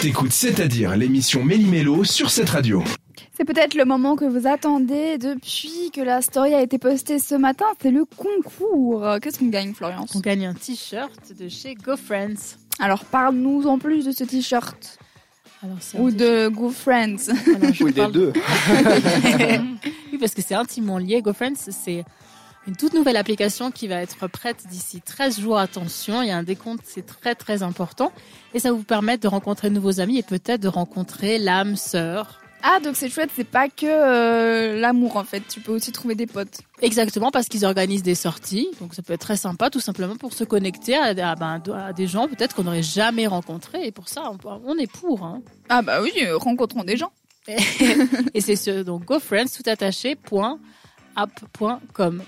T'écoutes C'est-à-dire l'émission Méli-Mélo sur cette radio. C'est peut-être le moment que vous attendez depuis que la story a été postée ce matin. C'est le concours. Qu'est-ce qu'on gagne, Florence On gagne un t-shirt de chez GoFriends. Alors, parle-nous en plus de ce t-shirt. Alors, c'est un Ou t- de Go Friends. alors, je Ou des parle- deux. oui, parce que c'est intimement lié. GoFriends, c'est une toute nouvelle application qui va être prête d'ici 13 jours. Attention, il y a un décompte, c'est très très important. Et ça va vous permettre de rencontrer de nouveaux amis et peut-être de rencontrer l'âme sœur. Ah, donc c'est chouette, c'est pas que euh, l'amour en fait. Tu peux aussi trouver des potes. Exactement, parce qu'ils organisent des sorties. Donc ça peut être très sympa, tout simplement pour se connecter à, à- ben, à des gens peut-être qu'on n'aurait jamais rencontrés. Et pour ça, on, on est pour. hein. Ah, bah oui, euh, rencontrons des gens. Et c'est sur donc GoFriends tout attaché point, app.com.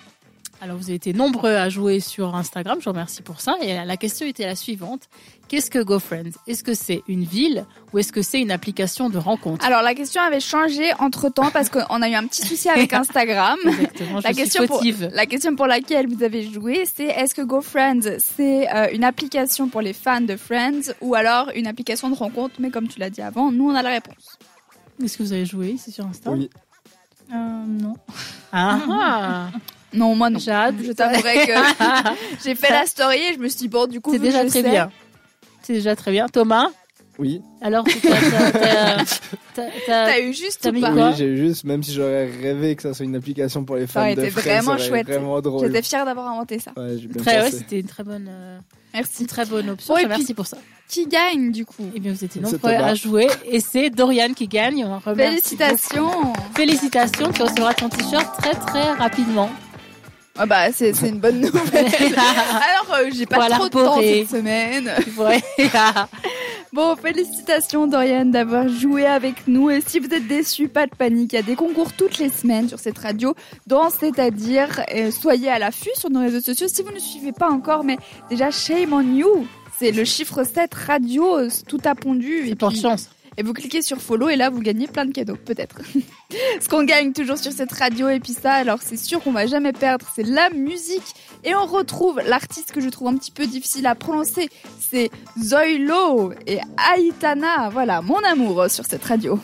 Alors vous avez été nombreux à jouer sur Instagram, je vous remercie pour ça. Et la question était la suivante qu'est-ce que GoFriends Est-ce que c'est une ville ou est-ce que c'est une application de rencontre Alors, la question avait changé entre temps parce qu'on a eu un petit souci avec Instagram. Exactement, je La suis question pour- fautive. La question pour laquelle vous avez joué, c'est est-ce que GoFriends, c'est euh, une application pour les fans de Friends ou alors une application de rencontre Mais comme tu l'as dit avant, nous on a la réponse. Est-ce que vous avez joué ici sur Insta Oui. non. Ah, Non, moi non. Jade, Je t'avouerai que j'ai fait la story et je me suis dit, bon, du coup, c'est vu que déjà je très sais- bien. C'est déjà très bien. Thomas, Oui, alors tu t'as- t'as- t'as- t'as- T'as eu juste T'as ou mis pas oui quoi j'ai juste, même si j'aurais rêvé que ça soit une application pour les fans aurait de été Friends, vraiment ça aurait été chouette. vraiment drôle. J'étais fière d'avoir inventé ça. Ouais, j'ai bien Très, ouais, pensé. c'était une très bonne, euh, Merci. une très bonne option. Bon, et Je te puis- remercie pour ça. Qui gagne du coup Eh bien, vous étiez C'est nombreux Thomas. à jouer et c'est Dorian qui gagne. On remercie Félicitations Oh, beaucoup. Félicitations, tu recevras ton t-shirt très très rapidement. Ah bah c'est c'est une bonne nouvelle. Alors euh, j'ai pas Voilà, trop de temps boré. cette semaine. Tu vois. Bon, félicitations Dorian d'avoir joué avec nous. Et si vous êtes déçus, pas de panique. Il y a des concours toutes les semaines sur cette radio. Dans c'est-à-dire, euh, soyez à l'affût sur nos réseaux sociaux. Si vous ne suivez pas encore, mais déjà, shame on you. C'est le chiffre 7 radio, euh, tout à pondu. Et, Et pour puis- chance. et vous cliquez sur follow et là, vous gagnez plein de cadeaux, peut-être. Ce qu'on gagne toujours sur cette radio et puis ça, alors c'est sûr qu'on va jamais perdre, c'est la musique. Et on retrouve l'artiste que je trouve un petit peu difficile à prononcer, c'est Zoilo et Aitana. Voilà, mon amour sur cette radio.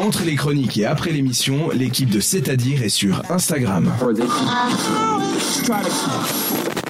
Entre les chroniques et après l'émission, l'équipe de C'est-à-dire est sur Instagram.